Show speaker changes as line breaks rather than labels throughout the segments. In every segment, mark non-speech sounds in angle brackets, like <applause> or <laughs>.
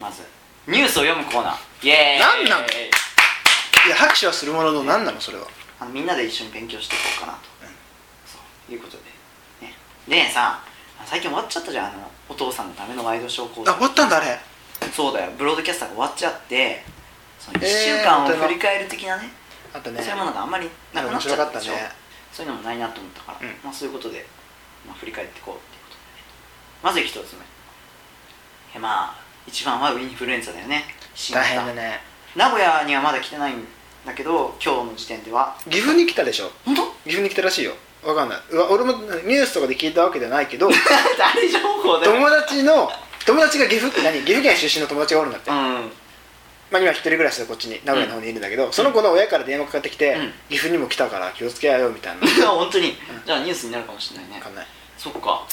まずニュースを読むコーナーイエーイ
なんなのいや拍手はするものの何なのそれは
あのみんなで一緒に勉強していこうかなと、そういうことでねでさ最近終わっちゃったじゃんあのお父さんのためのワイドショー講
あ
座
終わったんだあれ
そうだよブロードキャスターが終わっちゃってその1
えー
週間を
本当だ
振り返る的なね,、
あったね
そういうものがあんまりなくなっちゃったでしょ、
面白かったね
そういうのもないなと思ったから、
うん
まあ、そういうことで、まあ、振り返っていこうっていうことでねまず一つ目えまあ一番はインフルエンザだよね新
大
型
変だね
名古屋にはまだ来てないんだけど今日の時点では
岐阜に来たでしょ
本当
岐阜に来たらしいよわかんないうわ俺もニュースとかで聞いたわけじゃないけ
<laughs>
ど
<laughs> 誰情報だよ
友達の友達が岐阜って何岐阜県出身の友達がおるんだって、
うん <laughs>
まあ、今一人暮らしでこっちに名古屋の方にいるんだけど、その子の親から電話かかってきて、
うん
岐阜にも来たから気をつけやよみたいなわ
本当にじゃあニュースになるかもしれないね
かんない
そっか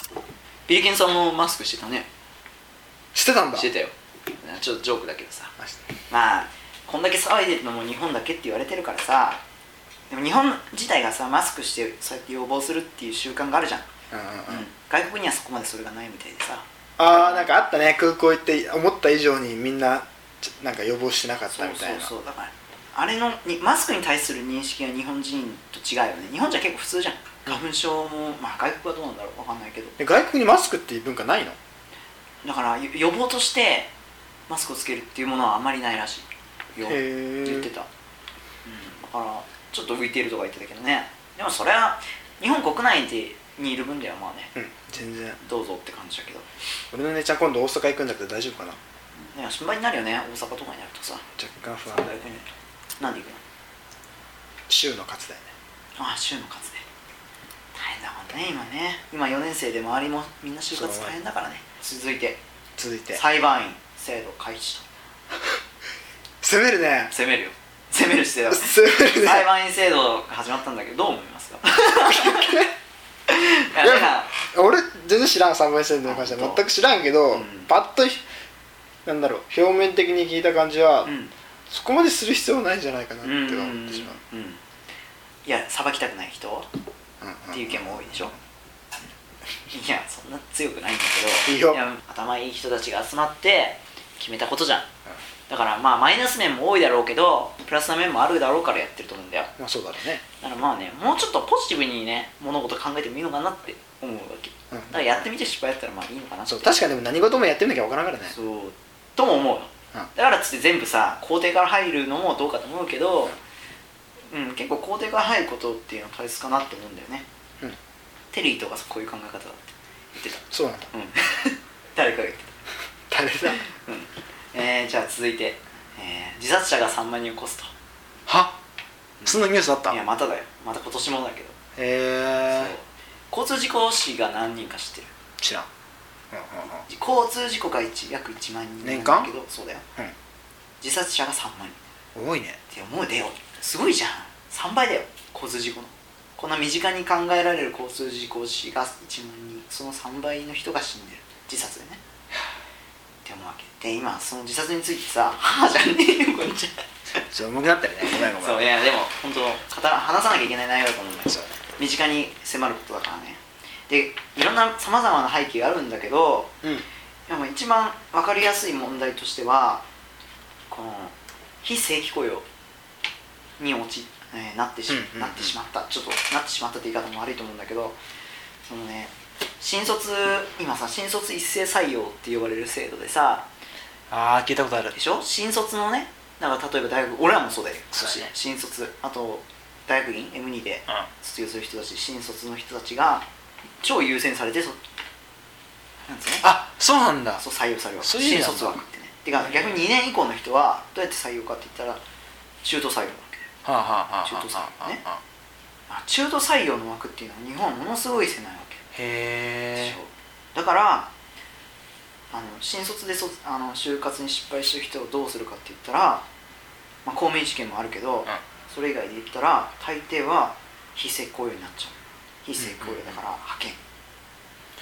ビリケンさんもマスクしてたね
してたんだ
してたよちょっとジョークだけどさ
あし
まあこんだけ騒いでるのも日本だけって言われてるからさでも日本自体がさマスクしてそうやって予防するっていう習慣があるじゃん、
うんうんうん
うん外国にはそこまでそれがないみたいでさ
あーなんかあったね空港行って思った以上にみんなちょなんか予防してなかった
そう
み
そ
たいうな
そうだからあれのにマスクに対する認識が日本人と違うよね日本じゃ結構普通じゃん花粉症も、まあ、外国はどうなんだろうわかんないけど
で外国にマスクっていう文化ないの
だからよ予防としてマスクをつけるっていうものはあまりないらしいよ
へー
言ってた、うん、だからちょっと浮いているとか言ってたけどねでもそれは日本国内でにいる分ではまあね
うん全然
どうぞって感じだけど
俺の姉ちゃん今度大阪行くんだけど大丈夫かな
ね心配になるよね大阪とかになるとさ
若干不安
大
だ
学
よね
になんで行くの
週の勝つだよね
ああ週の活で大変だもんね今ね今4年生で周りもみんな就活大変だからね続いて
続いて
裁判員制度開始と
攻めるね
攻めるよ攻める姿勢だ
攻めるね
裁判員制度が始まったんだけどどう思います
<laughs>
かいやだから
俺全然知らん三倍線の会社
あ本当
全く知らんけど、
うん
パッとひなんだろう表面的に聞いた感じは、
うん
そこまでする必要ないんじゃないかなって
うんうん
思ってしまう、
うんいや裁きたくない人
うんうん
っていう意見も多いでしょいやそんな強くないんだけど
いいよ
や頭いい人たちが集まって決めたことじゃんだからまあマイナス面も多いだろうけどプラスな面もあるだろうからやってると思うんだよ
まあそうだろうね
だからまあねもうちょっとポジティブにね物事考えてもいいのかなって思うわけ、
うん
だからやってみて失敗やったらまあいいのかなって
そう確かにでも何事もやってみなきゃ分からんからね
そうとも思うの、
うん
だからっつって全部さ工程から入るのもどうかと思うけど、うん、結構工程から入ることっていうのは大切かなって思うんだよね、
うん
テリーとかさこういう考え方だって言ってた
そうなんだ
うん <laughs> 誰かが言って
大変だ
た、うんえー、じゃあ続いて、えー自殺者が3万人を超す
はそんなニュースあった
といやまただよまた今年もだけど、
へえ
そう交通事故死が何人か知ってる
知らん、うん
交通事故が一約1万人なん
年
だ
間
けどそうだよ
うん
自殺者が3万人
うん、多いね
って思うでよすごいじゃん3倍だよ交通事故のこんな身近に考えられる交通事故死が1万人その3倍の人が死んでる自殺でねって思うわけで今その自殺についてさ「母じゃねえよこんちゃ
ちょっと重くなったりねごめんご」めん
そういやでも本当語ら話さなきゃいけない内容だと思うんだけど
そうね
身近に迫ることだからねでいろんなさまざまな背景があるんだけど
うん
いやまあ一番分かりやすい問題としてはこの非正規雇用に陥っ、えーなってし、
うんうんうん
なってしまったちょっとなってしまったって言い方も悪いと思うんだけどそのね新卒今さ新卒一斉採用って呼ばれる制度でさ
ああ聞いたことある
でしょ新卒のねだから例えば大学俺らもそうだよ
そうだね
新卒あと大学院 M2 で
う
卒業する人たち新卒の人たちが超優先されてそなんですね
あそうなんだ
そう採用されるわけ
そういう意味
新
なんだ
卒枠ってねてか逆に2年以降の人はどうやって採用かって言ったら中途採用なわけ
はあはあはあ
中途採用ね
はあはあ
あ中途採用の枠っていうのは日本はものすごい狭いわけで
へ
しょ、だからあの新卒でそあの就活に失敗してる人をどうするかって言ったら、まあ、公務員試験もあるけど、
ん
それ以外で言ったら大抵は非正規雇用になっちゃう非正規雇用だから派遣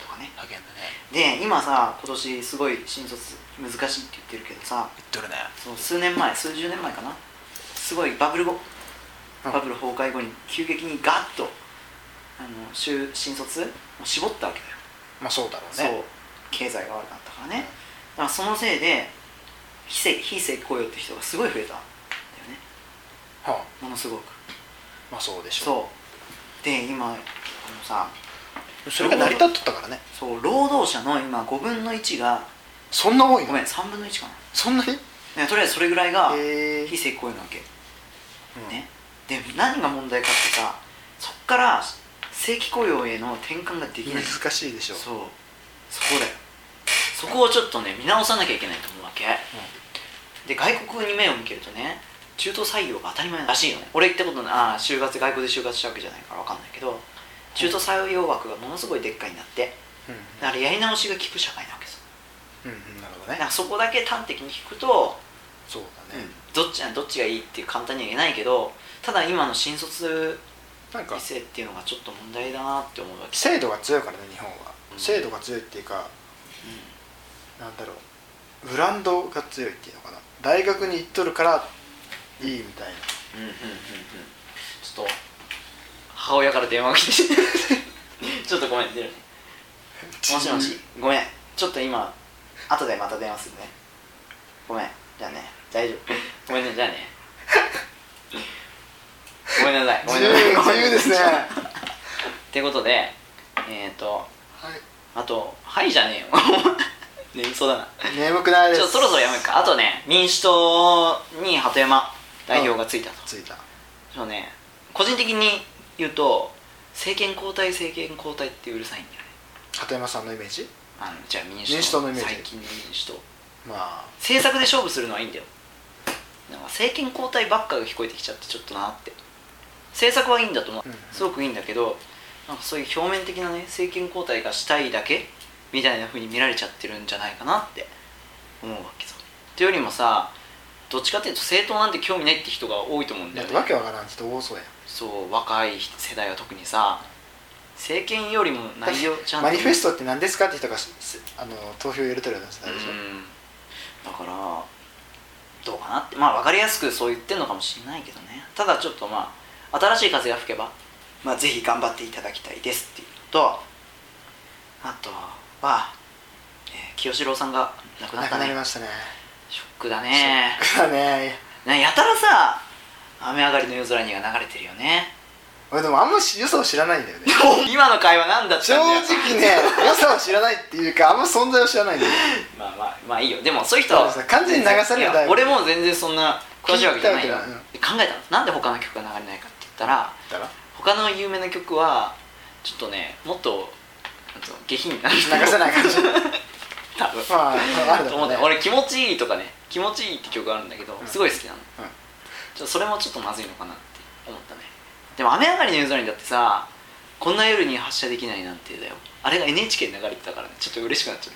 とかね
派遣だね
で今さ今年すごい新卒難しいって言ってるけどさ
言っとるね
その数年前数十年前かなすごいバブル後
うん
バブル崩壊後に急激にガッとあの就新卒を絞ったわけだよ、
まあそうだろう
そう
ね
経済が悪かったからねだからそのせいで非正非正規雇用って人がすごい増えたんだよね
は
ものすごく
あ、まあそうでしょ
そうで今あのさ
うそれが成り立っとったからね
そう労働者の今5分の1が
そんな多い
ご
の
めん3分の1か
そんなに
な、ね、とりあえずそれぐらいが
へえ
非正規雇用なわけ、
うん
ねで何が問題かってさそっから正規雇用への転換ができないそう
難しいでしょ
そこだよそこをちょっとね見直さなきゃいけないと思うわけ、で外国に目を向けるとね中途採用が当たり前らしいよね俺行ったことないああ就活外国で就活したわけじゃないから分かんないけど中途採用枠がものすごいでっかいになって
うん
だからやり直しが効く社会なわけさ
うんうんなるほど
だか
ね
らそこだけ端的に聞くと
そうだね
どっちどっちがいいっていう簡単には言えないけどただ今の新卒
なんか
異性っていうのがちょっと問題だなって思うわけ
制度が強いからね日本は
うん
制度が強いっていうかなんだろうブランドが強いっていうのかな大学に行っとるからいいみたいな
うんうんうんうんちょっと母親から電話が来て <laughs> ちょっとごめん出るねもしもしごめんちょっと今後でまた電話するねごめんじゃあね大丈夫ごめんねじゃあねごめんなさいごめん
自
なさい
由
ごめんなさい
自由ですね
<laughs> ってことでえっ、ー、と
はい
あと「はい」じゃねえよ <laughs> 眠そうだな
眠くないで
ち
す
ょっとそろそろやめるかあとね民主党に鳩山代表がついたと、
ついた
そうね個人的に言うと政権交代政権交代ってうるさいんだよね
鳩山さんのイメージ
あのじゃあ民主党
民主党のイメージ
最近の民主党
まあ
政策で勝負するのはいいんだよなんか政権交代ばっかが聞こえてきちゃってちょっとなって政策はいいんだと思う、
うん
すごくいいんだけどなんかそういう表面的なね政権交代がしたいだけみたいな風に見られちゃってるんじゃないかなって思うわけさというよりもさどっちかっていうと政党なんて興味ないって人が多いと思うんだ
だっ
よ
て
ね
わけわからん人多そうやん
そう若い世代は特にさ政権よりも内容ちゃんと
マニフェストって何ですかって人がすすあの投票入れてるような世代でしょ、
うん、だからどうかなってまあ分かりやすくそう言ってるのかもしれないけどねただちょっとまあ新しい風が吹けば、まあ、ぜひ頑張っていただきたいですっていうのとあとは、えー清志郎さんが亡くなっ
な
た
くなり
ね
ましたね
ショックだね
ショックだね
ねやたらさ雨上がりの夜空にが流れてるよね
<laughs> 俺でもあんまし良さを知らないんだよね
今の会話なんだっ
正
たんだよ
直ね良さを知らないっていうかあんま存在を知らないんだよ
まあまあまあいいよでもそういう人は
そうです完全に流される
いや
タイプ
俺も全然そんな詳しいわけじゃないよ
聞いたわけだうん
で考えたのなんで他の曲が流れないかって言ったら
だから
他の有名な曲はちょっとねもっとなんつうの下品な流
流せない感じ
多分
まああるだ
と
ろ
<laughs> 思
う
っ
ね
て俺「気持ちいい」とかね「気持ちいい」って曲があるんだけど
うん
すごい好きなの、
うん
ちょっとそれもちょっとまずいのかなって思ったねでも「雨上がりの夜空に」だってさこんな夜に発射できないなんてだよあれが NHK に流れてたからねちょっと嬉しくなっちゃっ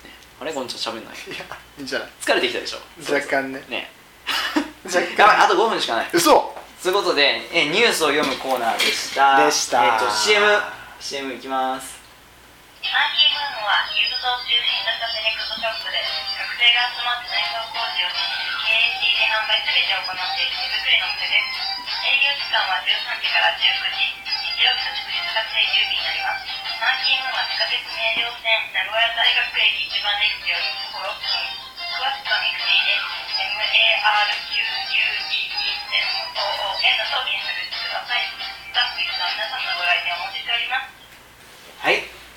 た、ね、あれこんちゃん喋んない
いやい <laughs> いんじゃない
疲れてきたでしょ
若干ね
ね
若
<laughs> やばい
干
あと5分しかない
嘘
ということで、えーニュースを読むコーナーでした
でした
えっ、と CM CM いきます
マーキーブームは急増中にしたセレクトショップで学生が集まって内装工事をし KAC で販売全てを行っている手作りのお店です営業時間は13時から19時日曜日と祝日が定休日になりますマーキーブームは地下鉄名城線名古屋大学駅一番出口より5 6分詳しくはミクシーで MARQUE2.OO へのと検索してくださいスタッフ一同皆さんのご来店をお待ちしております
はい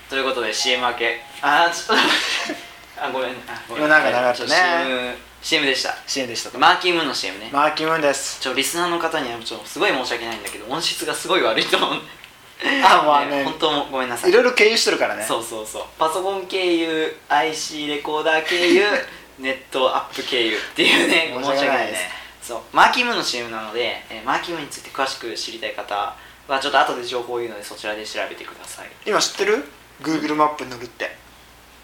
ということで CM 明けあーちょっとあごめんあごめ
今なんか流れたね
ちょっと CM, CM でした
支援でしたと
マーキームーンの CM ね、
マーキムーンです
ちょリスナーの方にはちょっとすごい申し訳ないんだけど音質がすごい悪いと思うんで
あまあね
<laughs> 本当もごめんなさい
いろいろ経由してるからね
そうそうそうパソコン経由 IC レコーダー経
<laughs>
由ネットアップ経由っていうね申
申し
し
訳
訳
な
ないい
で
ですすそうマーキームーンの CM なので、えーマーキームーンについて詳しく知りたい方はちょっと後で情報を言うのでそちらで調べてください
今知ってる Google マップに乗るって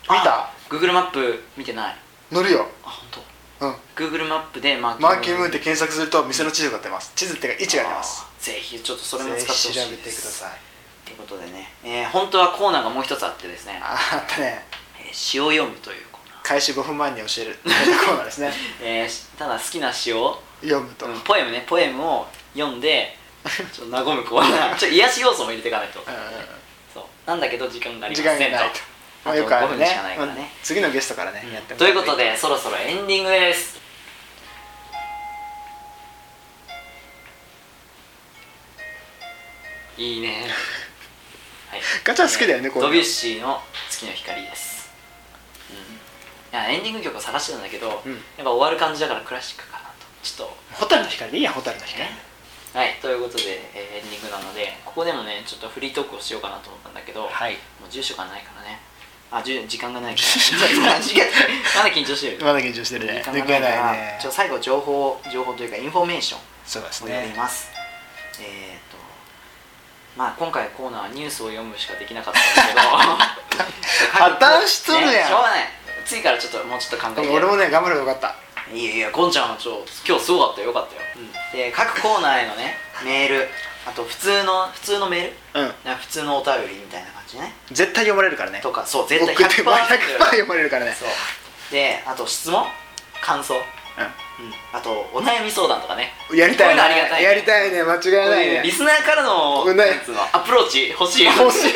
見た
あ Google マップ見てない
乗るよ
あ本
うん
当。Google マップでマーキーム
マ
ーン
ーキムーンって検索すると店の地図が出ます地図っていうか位置が出ます
あーぜひちょっとそれも使ってほしいです
ぜひ調べてください
ということでね、えー本当はコーナーがもう一つあってですね
ああったね
「えー詩を読む」というコーナー
開始5分前に教えるコーナ
<laughs>
ーですね
えーしただ好きな詩を
読むと、
うんポエムねポエムを読ん
<laughs>
でちょっと和むコーナーちょっと癒し要素も入れていかないと、
うんうんうん
そうなんだけど時間がありま
時
せん
間がないとまあ、よくある
あと5
ね
分しかないからね
まあ次のゲストからね、やっても
と
ら
い
え
う
ば
ことでそろそろエンディングですいい
<laughs>
ね、はい、
ガチャ好きだよね
えー
こういうの
ドビュッシーの「月の光」です、うん、いやエンディング曲を探してたんだけど、
うん
やっぱ終わる感じだからクラシックかなとちょっと
蛍の光でいいやん蛍の光、
ねはいということで、えーエンディングなのでここでもねちょっとフリートークをしようかなと思ったんだけど、
はい
もう住所がないからねあ住時間がないから <laughs>
<laughs>
まだ緊張してる
まだ緊張してるね
時間
抜
が
け
ないか
ない
ら
ね
ちょっと最後情報情報というかインフォメーション
そうです
を読み
ね
ます、えっ、とまあ今回コーナーはニュースを読むしかできなかったんですけど
<laughs> 破綻しとるやん
ねしょうがない次からちょっともうちょっと考え
で
て
も俺もね頑張ればよかった
いやいやゴンちゃんはちょ今日すごかったよよかったよ、
で各コーナーへのねメールあと普通の普通のメール
うん
なんか普通のお便りみたいな感じね
絶対読まれるからね
とかそう絶
送
対
っ
100%
ても100%読 <laughs> まれるからね
そうであと質問感想、うん、あとお悩み相談とかね
うんやりた
こうい
い
うのありがたい
ね
ね
やりたいね間違いない
こういうリ
ね
スナーからの
うんね
なんつうのアプローチ欲しいよね
欲しい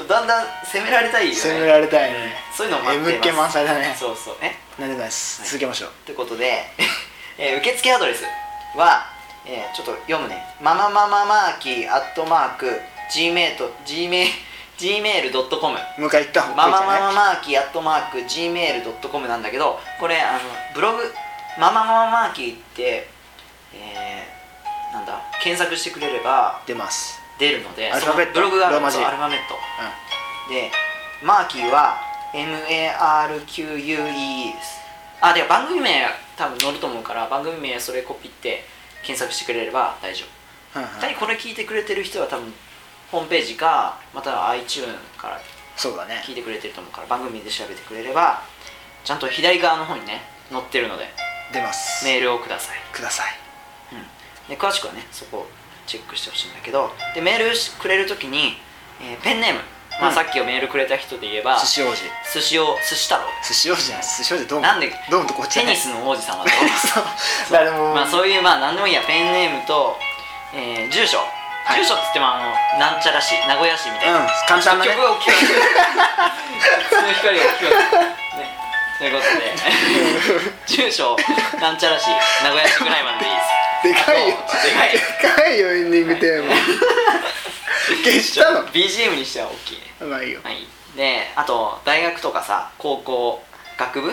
<laughs> だんだん責められたいよね
攻められたいね
そういうのを待ってます
M 気満載だね
そうそうね
なんでもないです
はい
続けましょう
ということで、 <laughs> えー受付アドレスは、えーちょっと読むねマママママーキーアットマーク Gmail.com
もう一回言った方
ママ
がい
マ
い
マ
ね
マーキーアットマーク Gmail.com なんだけどこれあのブログマママママーキーって、えーなんだ検索してくれれば
出ます
出るので
アルファベット
そのブログがある
ローマ字
そうアルファベット
う
でマーキーは MARQUE ですあで番組名多分載ると思うから番組名それコピって検索してくれれば大丈夫
んうんうん
他にこれ聞いてくれてる人は多分ホームページかまたは iTune から
そうだね
聞いてくれてると思うから番組で調べてくれればちゃんと左側の方にね載ってるので
出ます
メールをください
ください
で詳しくはねそこをチェックしてほしいんだけどでメールしくれるときに、えーペンネーム、まあ
うん
さっきをメールくれた人で言えば
寿司王子
寿司を寿司太
<laughs>
郎
寿司王子じゃない寿司王子どうも
なんで
どうもとこっち
テ
だ
テ
ニ
ね
ニス
スの
の王子様と
そう誰も
まあそういうまあ何でもいいやペンネームと、えー住所、住所っつってもあのなんちゃら市名古屋市みたいな、
うん簡単なね
曲 <laughs> が大きくなっ
<laughs>
てるその光が大きくなってるねという
<laughs>
<laughs> ことで住所なんちゃら市名古屋市ぐらいまででいい
でかいよ
ですでかい
でかいよエンディングテー
<laughs>
マ消したの
BGM にしては大きいね
まあいいよ
はい、であと大学とかさ高校学部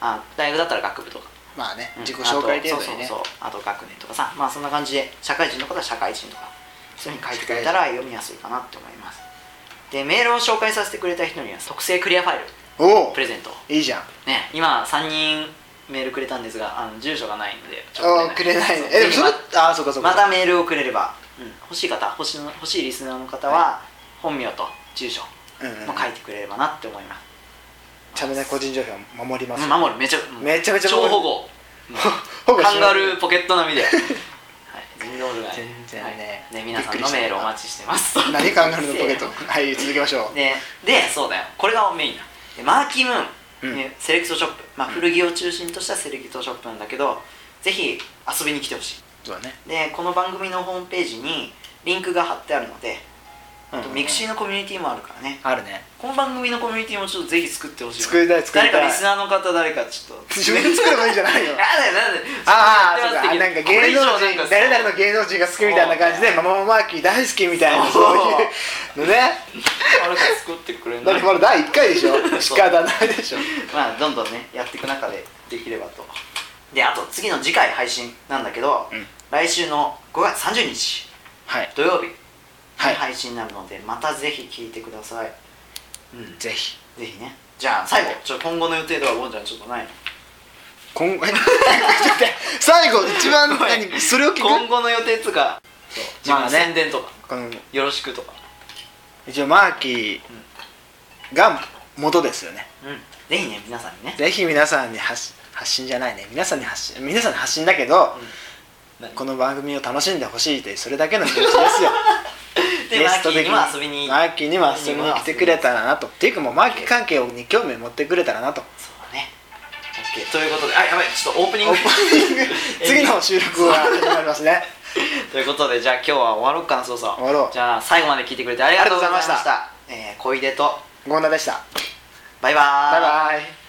あ大学だったら学部とか
まあね
うん
自己紹介程度に
あとそうそ
ね
うそうあと学年とかさまあそんな感じで社会人の方は社会人とかそういうふうに書いてくれたら読みやすいかなって思いますでメールを紹介させてくれた人には特製クリアファイル
おお
プレゼント
いいじゃん
ね今3人メールくれたんですがあの住所がないのでちょ
あ
っ
あ
と
くれない
そ
ね
う
えでもそれ
ぜ
ああそうか
ひ
そうか
ままたメールをくれれば、うん欲しい方欲しいの欲しいリスナーの方は本名と住所
うんうん
も書いてくれればなって思います
ちゃんとね個人情報は守ります
うん守るめちゃ
めちゃめちゃ
超
守る
保護
ほぼ
カンガ
し
ル
ま
ーポケット並み
<laughs>
で、はい、全然俺が
全然ね
はい、で皆さんのメールお待ちしてます
す何カンガルーのポケ
<laughs>
ット
せ
はい続けましょ
ーのででそうだよこれがメインだでマーキームーン、
うん
ねセレクトショップ、まあ、古着を中心としたセレクトショップなんだけどぜひ遊びに来てほし
うそうだね
いでこの番組のホームページにリンクが貼ってあるのであとミクシ
ー
ーのコミュニティもあるからね
あるね
この番組のコミュニティもちょっとぜひ作ってほしい
作りたい作りたい
誰かリスナーの方誰かちょっと
自分で作ればいいんじゃないよ
やだよなんだよ
ああ
そ
そうう
やって
かあ
や
な
っ
ん
て
か
きて
芸
こ
能
れ以上なん
人
か
誰々の芸能人が好きみたいな感じでママママーキー大好きみたいな
そ
そうういうのね
誰か作ってくれ
だ
な
っ
い
てまだ第1回でしょ仕方ないでしょ
まあどんどんねやっていく中でできればとであと次の次回配信なんだけど、
うん
来週の5月30日
はい
土曜日に
はい
配信になるので、またぜひ聞いてくださいうん
ぜひ
ぜひねじゃあ最後ちょっと今後の予定とかゴンちゃんちょっとないの
今後ちょっと <laughs> 待って最後一番
ごめん
何それを聞く
今後の予定っつうかそう自分
ま
の
あね
宣伝とか、
この
よろしくとか
一応マーキーが元ですよね
うんぜひね皆さんにね
ぜひ皆さんに発発信じゃないね皆さんに発信皆さんに発信だけど、
何
この番組を楽しんでほしいというそれだけの気持ちですよ
でマーキーにも遊びに
マーキーにも遊びに来てくれたらなとっていうかもうマーキー関係に興味を持ってくれたらなと
そうだね OK ということであやばいちょっとオープニン
オ
グ
ープニ
<laughs>
ング次の収録は始まりますね
ということでじゃあ今日は終わろうかなそうそう
終わろう
じゃあ最後まで聞いてくれてありがとうございましたえー小出とゴンナでした
バイバーイ
バイバイ